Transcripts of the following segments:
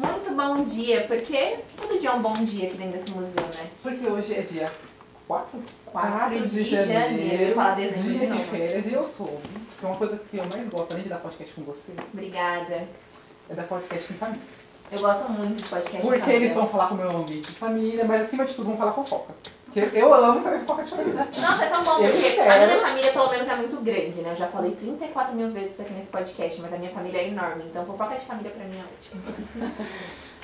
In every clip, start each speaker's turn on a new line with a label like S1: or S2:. S1: Muito bom dia, porque todo dia é um bom dia aqui dentro desse museu, né?
S2: Porque hoje é dia 4,
S1: Quatro de janeiro. Eu ia falar dezembro de
S2: dia de
S1: novo.
S2: férias, e eu soube que uma coisa que eu mais gosto, além de dar podcast com você,
S1: Obrigada.
S2: é dar podcast com família.
S1: Eu gosto muito de podcast.
S2: Porque
S1: então,
S2: eles
S1: né?
S2: vão falar com o meu ambiente de família, mas acima de tudo vão falar fofoca. Porque eu amo saber fofoca de família.
S1: Nossa, é tão bom,
S2: Eu
S1: porque a
S2: espero.
S1: minha família pelo menos é muito grande, né? Eu já falei 34 mil vezes isso aqui nesse podcast, mas a minha família é enorme, então fofoca de família pra mim é ótimo.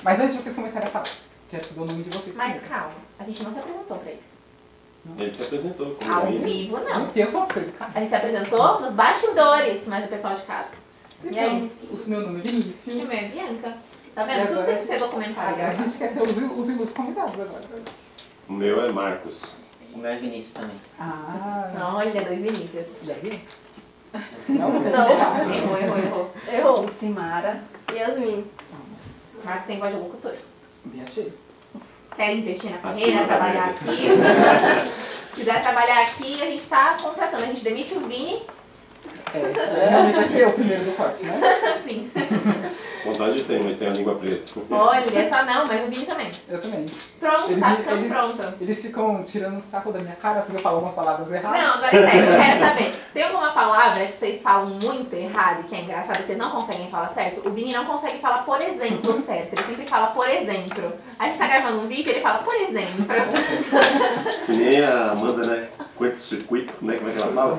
S2: Mas antes de vocês começarem a falar, quero dar o nome de vocês
S1: Mas
S2: primeiro.
S1: calma, a gente não se apresentou pra eles.
S3: Ele se apresentou como
S2: Uhum.
S1: Ao
S3: menino.
S1: vivo, não.
S2: Porque eu sou você, cara.
S1: A gente se apresentou nos bastidores, mas o pessoal de casa. E aí?
S2: Então, O meu nome é
S1: Que
S2: Vinícius.
S1: merda, Bianca. Tá
S2: E
S1: vendo? Tudo
S2: agora
S1: tem
S2: a
S1: que ser documentado.
S2: Agora a gente quer ser os, os ilustres convidados agora.
S3: O meu é Marcos.
S4: O meu é Vinícius também.
S2: Ah,
S1: Olha, dois Vinícius.
S2: já viu? Não,
S5: Não.
S1: Errou, errou, errou.
S5: Eu, Simara. Yasmin.
S1: Marcos tem voz de locutor.
S2: Viajei.
S1: Quer investir
S2: Ah,
S1: na
S3: Acima
S1: carreira,
S3: da
S1: trabalhar
S3: média.
S1: aqui. Quiser trabalhar aqui, a gente tá contratando. A gente demite o Vini,
S2: É, realmente vai ser eu o primeiro do corte, né?
S1: assim.
S3: Vontade de ter, mas tem a língua presa.
S1: Olha, só não, mas o Vini também.
S2: Eu também.
S1: Pronto,
S2: Ele-
S1: tá ficando
S2: ele-
S1: pronta.
S2: Eles ficam tirando o saco da minha cara porque eu falo algumas palavras erradas.
S1: Não, agora é sério, eu quero saber. Tem alguma palavra que vocês falam muito errado e que é engraçado, que vocês não conseguem falar certo? O Vini não consegue falar por exemplo certo. Ele sempre fala por exemplo. A gente tá gravando um vídeo ele fala por exemplo.
S3: Que nem a Amanda, né? Curto-circuito, né? Como é que ela fala?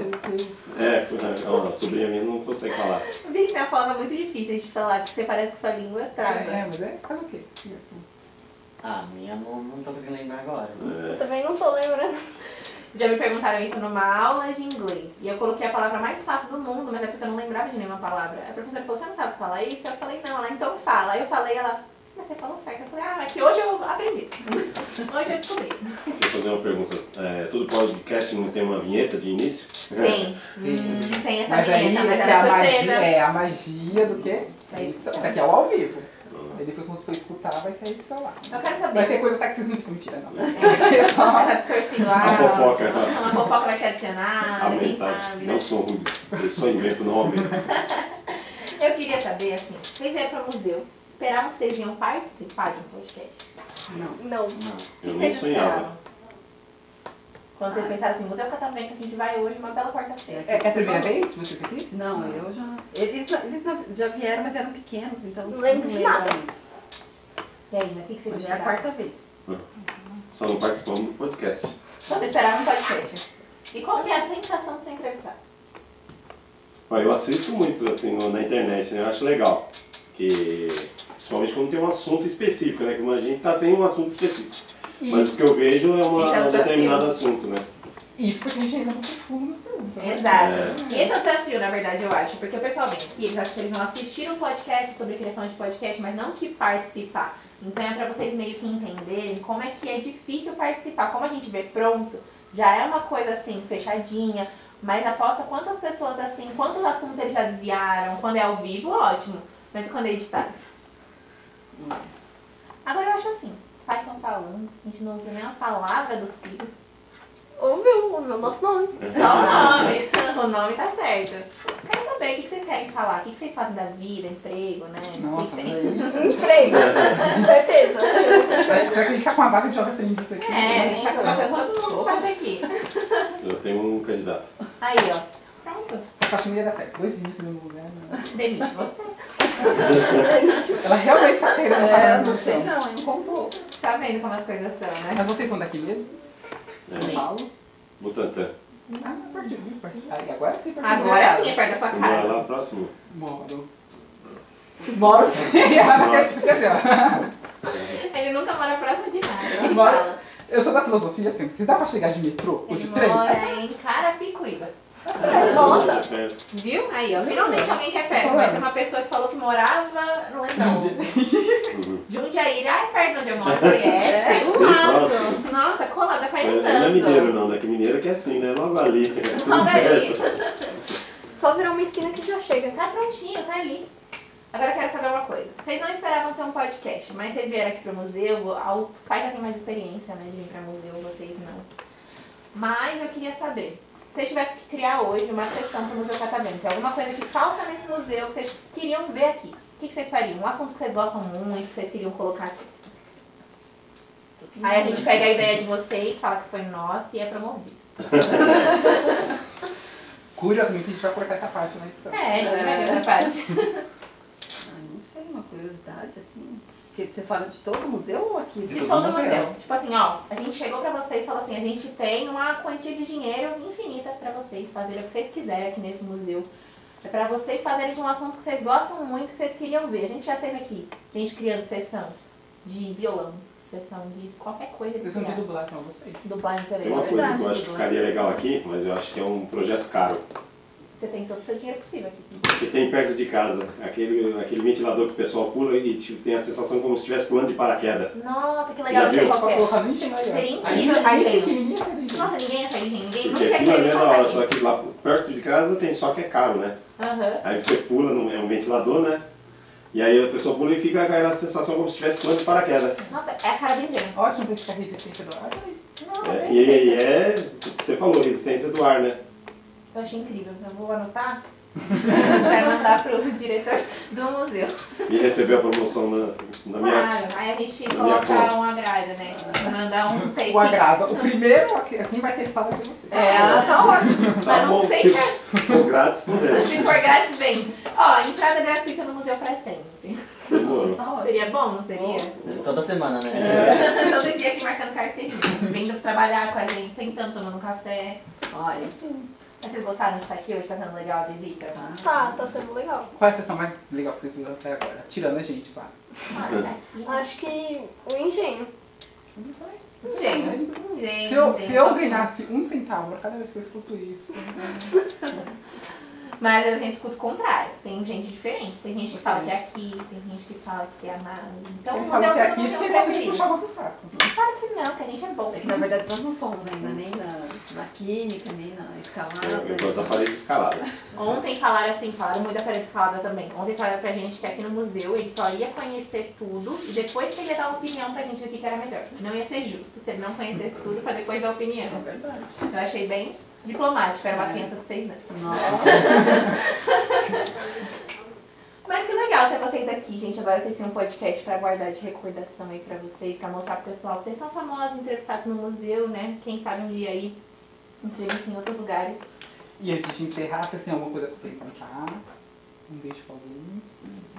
S3: É, ó, a sobrinha minha não consegue falar.
S1: O Vini tem umas palavras muito difíceis de falar, que você parece que sua língua trava.
S2: É, é, mas é faz o quê? Isso.
S4: Ah, a minha não, não tô conseguindo lembrar agora.
S5: Eu também não tô lembrando.
S1: Já me perguntaram isso numa aula de inglês. E eu coloquei a palavra mais fácil do mundo, mas é porque eu não lembrava de nenhuma palavra. A professora falou, você não sabe falar isso? Eu falei, não. Ela, então fala. Aí eu falei, ela, mas você falou certo. Eu falei, ah, é que hoje eu aprendi. hoje eu descobri.
S3: Deixa eu fazer uma pergunta. É, todo podcast não tem uma vinheta de início?
S1: Tem. Hum, tem essa
S2: É. Mas aí
S1: vinheta, mas
S2: essa é
S1: era
S2: a
S1: surpresa.
S2: magia, é a magia do quê?
S1: Da edição.
S2: Daqui é o ao vivo. Aí depois quando for escutar vai ter a edição lá.
S1: Eu quero
S2: Vai
S1: saber. É,
S2: ter coisa tá que vocês não dizem mentira, não.
S1: Ela discursiva.
S3: A fofoca.
S1: A fofoca vai ser adicionada, quem
S3: Aumentar.
S1: sabe. né?
S3: Não sou ruins. Eu só invento, não aumento.
S1: Eu queria saber, assim, vocês vieram para o museu, esperavam que vocês iam participar de um podcast?
S5: Não.
S4: Não.
S1: O que
S3: Eu nem
S1: vocês
S3: sonhava.
S1: esperavam? Quando vocês pensaram assim, Museu Catavento, a gente vai hoje, uma bela quarta-feira.
S2: É, é a primeira vez de vocês aqui?
S6: Não, eu já. Eles, eles na- já vieram, mas eram pequenos, então.
S5: Não lembro de nada.
S6: muito.
S1: E aí, mas o que que vocês
S6: Hoje é a
S1: esperavam?
S6: quarta vez.
S3: Só não participamos do podcast.
S1: Só que esperavam um podcast. E qual que é a sensação de ser entrevistado?
S3: Ó, Eu assisto muito assim no- na internet, né? Eu acho legal. Que, principalmente quando tem um assunto específico, né? Como a gente tá sem um assunto específico. Mas o que eu vejo é uma-
S1: Esse é o
S3: um determinado
S1: desafio.
S3: assunto, né?
S2: Isso porque a gente ainda não tem fundo nas perguntas. né?
S1: Exato.
S3: É.
S1: Esse é o desafio, na verdade, eu acho. Porque o pessoal vem aqui, eles acham que eles vão assistir um podcast sobre criação de podcast, mas não que participar. Então é pra vocês meio que entenderem como é que é difícil participar. Como a gente vê pronto, já é uma coisa assim, fechadinha. Mas aposta quantas pessoas assim, quantos assuntos eles já desviaram. Quando é ao vivo, ótimo. Mas quando é editado. Agora eu acho assim, os pais estão falando, a gente não ouve nem a palavra dos filhos.
S5: Ouviu, ouviu o nosso nome.
S1: Só o nome, isso, o nome tá certo. Quero saber o que que vocês querem falar, o que que vocês fazem da vida, emprego, né? O
S2: Nossa,
S1: que que
S2: mas
S1: tem?
S2: aí...
S5: Emprego. Com certeza.
S2: Será que a gente tá com uma vaga de jovem aprendiz aqui? né?
S1: É, a gente tá colocando todo mundo faz aqui.
S3: Eu tenho um candidato.
S1: Aí, ó. Pronto.
S2: Essa família dá certo. Dois vinhos no mesmo lugar. né?
S1: Demite você.
S2: Ela realmente tá querendo falar
S6: É,
S2: no
S6: não sei
S2: museu.
S6: não, é um complô.
S1: Tá vendo como as coisas são, né?
S2: Mas vocês são daqui mesmo? São
S3: Sim.
S2: Paulo?
S3: né? Butantan.
S2: Ah, perdi, viu? Perdi. Aí, agora sim, perdi.
S1: Agora sim, é perto da sua
S3: Você mora
S1: cara.
S3: lá próximo?
S2: Moro. Moro sim. Ela quer se perder.
S1: Ele nunca mora próximo de nada.
S2: Ele mora- Eu sou da filosofia, assim, se dá pra chegar de metrô ou
S1: Ele
S2: de trem,
S1: mora em Carapicuíba.
S5: Nossa.
S3: É perto.
S1: Viu? Aí, ó. Finalmente alguém que é perto. Mas tem uma pessoa que falou que morava, não lembro onde.
S3: Uhum.
S1: Jundiaí, ah, é perto de onde eu moro. Eu falei, é.
S3: Bem próximo.
S1: Nossa, tá colada
S3: É,
S1: caiu
S3: Não é
S1: tanto.
S3: mineiro não, né? Que mineiro que é assim, né? Logo ali. Tudo
S1: Logo ali.
S3: perto.
S5: Só virar uma esquina que já chega.
S1: Tá prontinho, tá ali. Agora eu quero saber uma coisa. Vocês não esperavam ter um podcast, mas vocês vieram aqui pro museu. ah, Os pais já têm mais experiência, né, de vir pra museu, vocês não. Mas eu queria saber, se vocês tivessem que criar hoje uma sessão pro Museu Catavento, é alguma coisa que falta nesse museu que vocês queriam ver aqui, o que, que vocês fariam? Um assunto que vocês gostam muito, que vocês queriam colocar aqui. Aí a gente pega a ideia de vocês, fala que foi nossa e é promovido.
S2: Curiosamente, a gente vai cortar essa parte na edição.
S1: É, ninguém vai ver essa parte.
S6: Ah, não sei, uma curiosidade assim. Porque você fala de todo o museu ou aqui?
S1: De todo o museu. Tipo assim, ó, a gente chegou pra vocês e falou assim, a gente tem uma quantia de dinheiro infinita pra vocês fazerem o que vocês quiserem aqui nesse museu. É pra vocês fazerem de um assunto que vocês gostam muito, que vocês queriam ver. A gente já teve aqui, gente criando sessão de violão, sessão de qualquer coisa de
S2: Vocês não têm
S1: criar.
S2: dublar, não, vocês.
S1: Dublagem por aí.
S3: Tem uma
S6: É
S3: coisa que eu
S6: verdade,
S3: acho que
S6: Douglas.
S3: ficaria legal aqui, mas eu acho que é um projeto caro.
S1: Você tem todo o seu dinheiro possível aqui.
S3: que tem perto de casa, aquele, aquele ventilador que o pessoal pula e tipo, tem a sensação como se estivesse pulando de paraquedas.
S1: Nossa, que legal,
S3: Já
S1: eu sei
S3: viu?
S1: qual que
S2: Pra
S1: é.
S2: colocar no engenho aí, ó.
S1: Seria
S2: Aí,
S1: incrível,
S2: aí
S1: né,
S2: sim
S1: engenho?
S2: que ninguém ia saber.
S1: Nossa, ninguém é essa gente, ninguém
S3: Porque
S1: nunca quer
S3: aquilo ali é
S1: que
S3: da hora, só que lá perto de casa tem, só que é caro, né?
S1: Aham.
S3: Aí você pula, não- é um ventilador, né? E aí a pessoa pula e fica aquela sensação como se estivesse pulando de paraquedas. né?
S1: Nossa, é a cara do engenho.
S2: Ótimo pra gente ficar resistente do ar. Adorei.
S1: Não,
S3: É,
S1: Ah, perfeito.
S3: e aí é, você falou, resistência do ar, né?
S1: Eu achei incrível. Eu vou anotar. A gente vai mandar pro diretor do museu.
S3: E recebeu a promoção na, na minha.
S1: Claro. Aí a gente
S3: minha
S1: coloca
S3: conta.
S1: um agrado, né? Mandar um take.
S2: O agrado. O primeiro, a- quem vai testar vai ser você.
S1: É, ela tá ótima. Mas
S3: Tá
S1: não
S3: bom,
S1: sei
S3: se
S1: se é-
S3: for grátis, não deve.
S1: se for grátis, vem. Ó, entrada gratuita no museu pra sempre.
S3: Demorou.
S6: Tá ótimo.
S1: Seria bom, não seria?
S4: Toda semana, né?
S1: Todo dia aqui marcando carteirinha. Vindo trabalhar com a gente, sentando, tomando um café.
S6: Olha, sim.
S1: Mas vocês gostaram de estar aqui hoje? Tá sendo legal a visita?
S5: Tá, tá sendo legal.
S2: Qual é a sessão mais legal que vocês viram até agora? Tirando a gente, claro.
S1: Ah, tá aqui.
S5: Acho que o engenho.
S1: Gente, gente.
S2: Se eu, se eu
S1: gente.
S2: ganhasse um centavo por cada vez que eu escuto isso.
S1: Então Mas a gente escuta o contrário. Tem gente diferente. Tem gente que fala que é aqui, tem gente que fala que é na. Então,
S2: Eles
S1: o museu
S2: falam que é
S1: todo
S2: aqui
S1: mundo tem
S2: tem
S1: um
S2: gosta de
S1: preferido.
S2: puxar nosso saco.
S1: Claro que não, que a gente é bom.
S6: É que na verdade nós não fomos ainda nem na, na química, nem na escalada.
S3: É,
S1: tá?
S3: Eu, eu gosto da parede escalada.
S1: Ontem falaram assim, falaram muito da parede escalada também. Ontem falaram pra gente que aqui no museu ele só ia conhecer tudo e depois que ele ia dar uma opinião pra gente aqui que era melhor. Não ia ser justo se ele não conhecesse tudo pra depois dar opinião.
S6: É verdade.
S1: Eu achei bem diplomático, era uma criança de seis anos.
S6: Nossa.
S1: Mas que legal ter vocês aqui, gente. Agora vocês têm um podcast pra guardar de recordação aí pra vocês, pra mostrar pro pessoal. Vocês são famosos, entrevistados no museu, né? Quem sabe um dia aí entrevista em outros lugares.
S2: E antes de encerrar, vocês têm alguma é coisa pra poder contar? Um beijo pra alguém.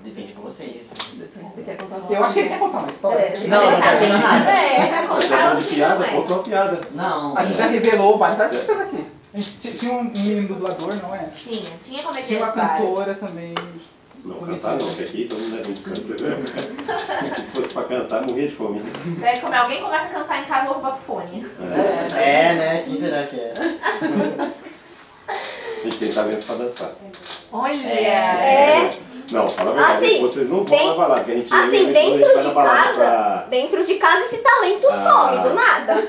S4: Depende com vocês.
S6: Depois você quer contar
S2: Eu achei que ia contar uma história.
S6: É.
S4: Não, não
S3: né?
S4: quero
S5: Tem
S4: nada.
S5: nada. É,
S1: pra
S3: Você tá de
S1: sim,
S3: piada,
S1: né?
S3: conta uma piada.
S4: Não.
S2: A gente já revelou vários artistas aqui. A gente t- tinha um menino dublador, não é?
S1: Tinha, tinha
S2: Tinha uma
S1: comediantes vários.
S2: cantora também.
S3: Não, cantar não, porque aqui todo mundo é muito canto. Se fosse pra cantar, morria de fome. né?
S1: Daí como alguém começa a cantar em casa, o outro bota o fone.
S4: É, né? Quem será que é?
S3: A gente tem talento pra dançar.
S1: Olha!
S5: É.
S3: Não, fala a verdade,
S5: Assim,
S3: vocês não vão
S5: tem-
S3: na balada, porque a gente
S5: Assim,
S3: eventualmente, quando a gente
S5: dentro
S3: vai
S5: de
S3: na balada
S5: casa,
S3: pra-
S5: dentro de casa esse talento
S3: Ah.
S5: some do nada.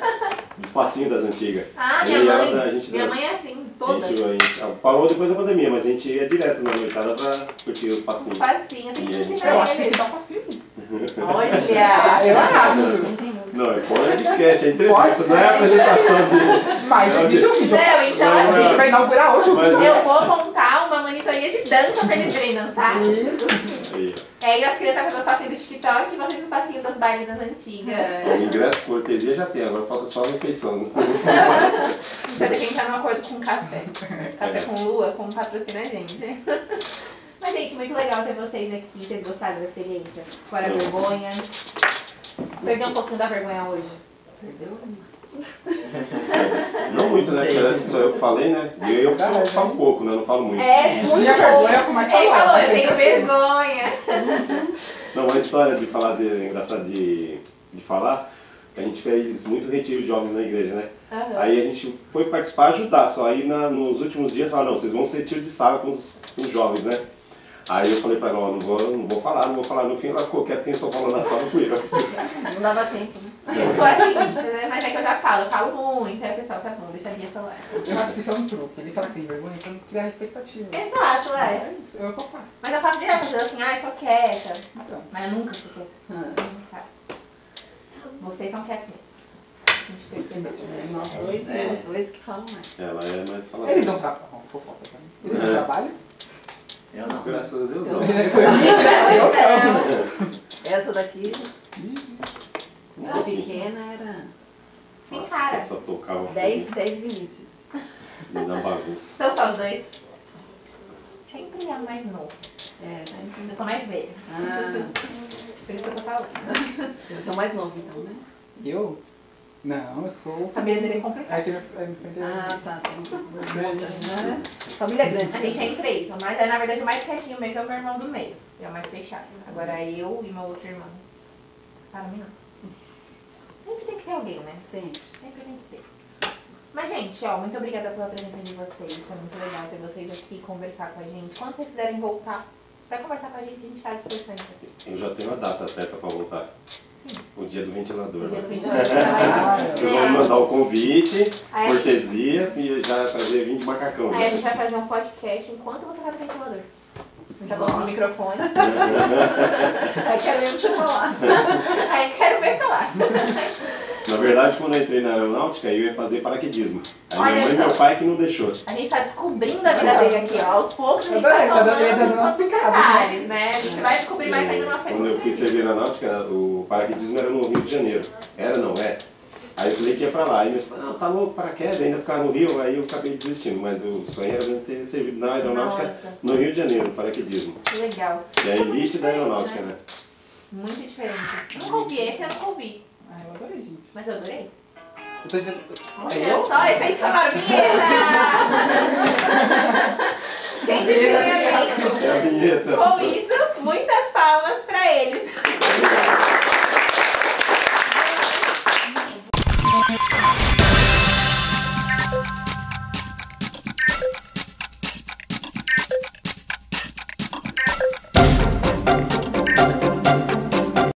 S3: Os passinhos das antigas.
S1: Ah, minha
S3: Eu e
S1: mãe.
S3: ela, a gente
S1: minha
S3: dança.
S1: mãe é assim,
S3: A
S1: toda.
S3: gente, a gente é, parou depois da pandemia, mas a gente ia direto na noitada pra curtir os passinhos.
S1: Facinha, tem que
S3: E a gente
S2: Eu
S1: ensinar
S2: acho que ele
S1: ele.
S2: tá passivo.
S1: Olha!
S2: Ah, Eu acho.
S6: Não tem música.
S3: Não, é podcast, é entrevista, não é apresentação de...
S2: Mas existe um vídeo.
S1: Não, então
S2: A gente
S1: assim,
S2: vai inaugurar hoje o
S3: Mas- né,
S2: vídeo.
S1: eu vou montar uma monitoria de dança pra eles irem dançar.
S3: Aí,
S1: É, aí as crianças fazem os passinhos do TikTok e vocês os passinhos das bailarinas antigas.
S3: ó, o ingresso, cortesia já tem, agora falta só a refeição. né?
S1: Pra quem tá num acordo com café. Café com lua, como patrocina a gente. Mas, gente, muito legal ter vocês aqui. Vocês gostaram da experiência? Fora a vergonha. Perdeu um pouquinho da vergonha hoje.
S6: Perdeu?
S3: Não muito, né? Porque parece que só eu que falei, né? E eu, eu falo, falo pouco, né? Eu não falo muito.
S5: É
S2: Tinha
S5: muito bom.
S2: vergonha, como é que
S1: Ele falou, eu
S2: Mas
S1: tenho
S2: sempre assim.
S1: vergonha.
S3: Não, uma história de falar de engraçado de, de falar, a gente fez muito retiro de jovens na igreja, né?
S1: Aham.
S3: Aí a gente foi participar ajudar, só aí na- nos últimos dias falaram, não, vocês vão ser tiro de sala com os, com os jovens, né? Aí eu falei pra ela, ó, não vou, não vou falar, não vou falar. No fim ela ficou quieta, quem só falou na sala fui eu.
S6: Não dava tempo, né?
S1: Eu sou assim, mas é que eu já já falo, eu falo muito, aí o pessoal tá bom, deixa a Bia falar.
S2: Eu acho que isso é um truque. Ele fala que tem vergonha pra não criar expectativa.
S5: Exato, é.
S2: É isso, é o que eu faço.
S1: Mas eu faço direto, eu falo assim, ai, sou quieta.
S2: Então,
S1: Mas eu nunca sou quieta.
S6: Ah,
S1: Tá. Vocês são quietos mesmo. A gente percebeu.
S6: é, nós dois e
S4: É.
S6: os dois que falam mais.
S3: Ela é mais falada.
S2: eles não trabalham com fofoca também. Eles não
S3: É.
S2: trabalham.
S4: Eu não.
S3: Graças a Deus, não.
S1: Então,
S2: Foi eu que
S6: É, Essa daqui,
S3: Uhum. Não
S6: a
S3: consigo.
S6: pequena, era
S1: Tem
S3: Nossa,
S1: cara.
S3: Só tocava
S6: 10, 10 Vinícius.
S3: Me dá bagunça.
S1: São só os dois. Sempre é o mais novo.
S6: É,
S1: Eu sou mais velha.
S6: ah,
S1: Por isso que eu tô falando.
S6: eu sou mais novo então, né?
S2: Eu? Não, eu sou.
S1: A Bia dele é complicada.
S2: É que eu é, me perdi.
S6: Ah, tá, tem um grande, né? Família grande.
S1: A gente é em três, mas é, na verdade o mais quietinho mesmo é o meu irmão do meio. Ele É o mais fechado. Agora é eu e meu outro irmão. Para mim não. Sempre tem que ter alguém, né?
S6: Sempre.
S1: Sempre tem que ter. Mas, gente, ó, muito obrigada pela presença de vocês. Foi muito legal ter vocês aqui conversar com a gente. Quando vocês quiserem voltar pra conversar com a gente, a gente tá à disposição de vocês.
S3: Eu já tenho a data certa pra voltar.
S1: Sim.
S3: O dia do ventilador.
S1: O dia do
S3: né?
S1: vídeo vai lá.
S3: Vocês vão me mandar o convite,
S1: Aí a gente-
S3: cortesia, e já é trazer vinho de macacão.
S1: Aí a gente
S3: né?
S1: vai fazer um podcast enquanto você vai no ventilador. Tá bom? No
S6: Nossa.
S1: microfone.
S6: Aí quero ver você falar.
S1: Aí quero ver falar.
S3: Na verdade, quando eu entrei na aeronáutica, eu ia fazer paraquedismo. Aí
S1: Olha
S3: minha mãe e
S1: só.
S3: meu pai é que não deixou.
S1: A gente tá descobrindo a vida dele aqui, ó. Aos poucos a gente
S2: Tá
S1: tá
S2: dando- tá dando- tá dando
S1: tomando
S2: umas
S1: os
S2: picadas,
S1: detalhes, né? A gente vai descobrir mais ainda no nosso
S3: Quando eu fui
S1: segundo
S3: servir na náutica, o paraquedismo era no Rio de Janeiro. Era, não é. Aí eu falei que ia pra lá. Aí meu pai, não, tá louco, paraquedas, ainda ficar no Rio. Aí eu acabei desistindo. Mas o sonho era mesmo ter servido na aeronáutica
S1: Nossa.
S3: no Rio de Janeiro, paraquedismo.
S1: Que legal.
S3: Que é a elite da aeronáutica, né?
S1: Muito diferente. Nunca ouvi esse, eu nunca ouvi.
S2: Ah, eu adorei, gente.
S1: Mas eu adorei.
S2: Eu tô vendo.
S1: Olha só, efeito sonoro, vinheta! Quem diria, gente?
S3: É a vinheta.
S1: Com isso, muitas palmas pra eles.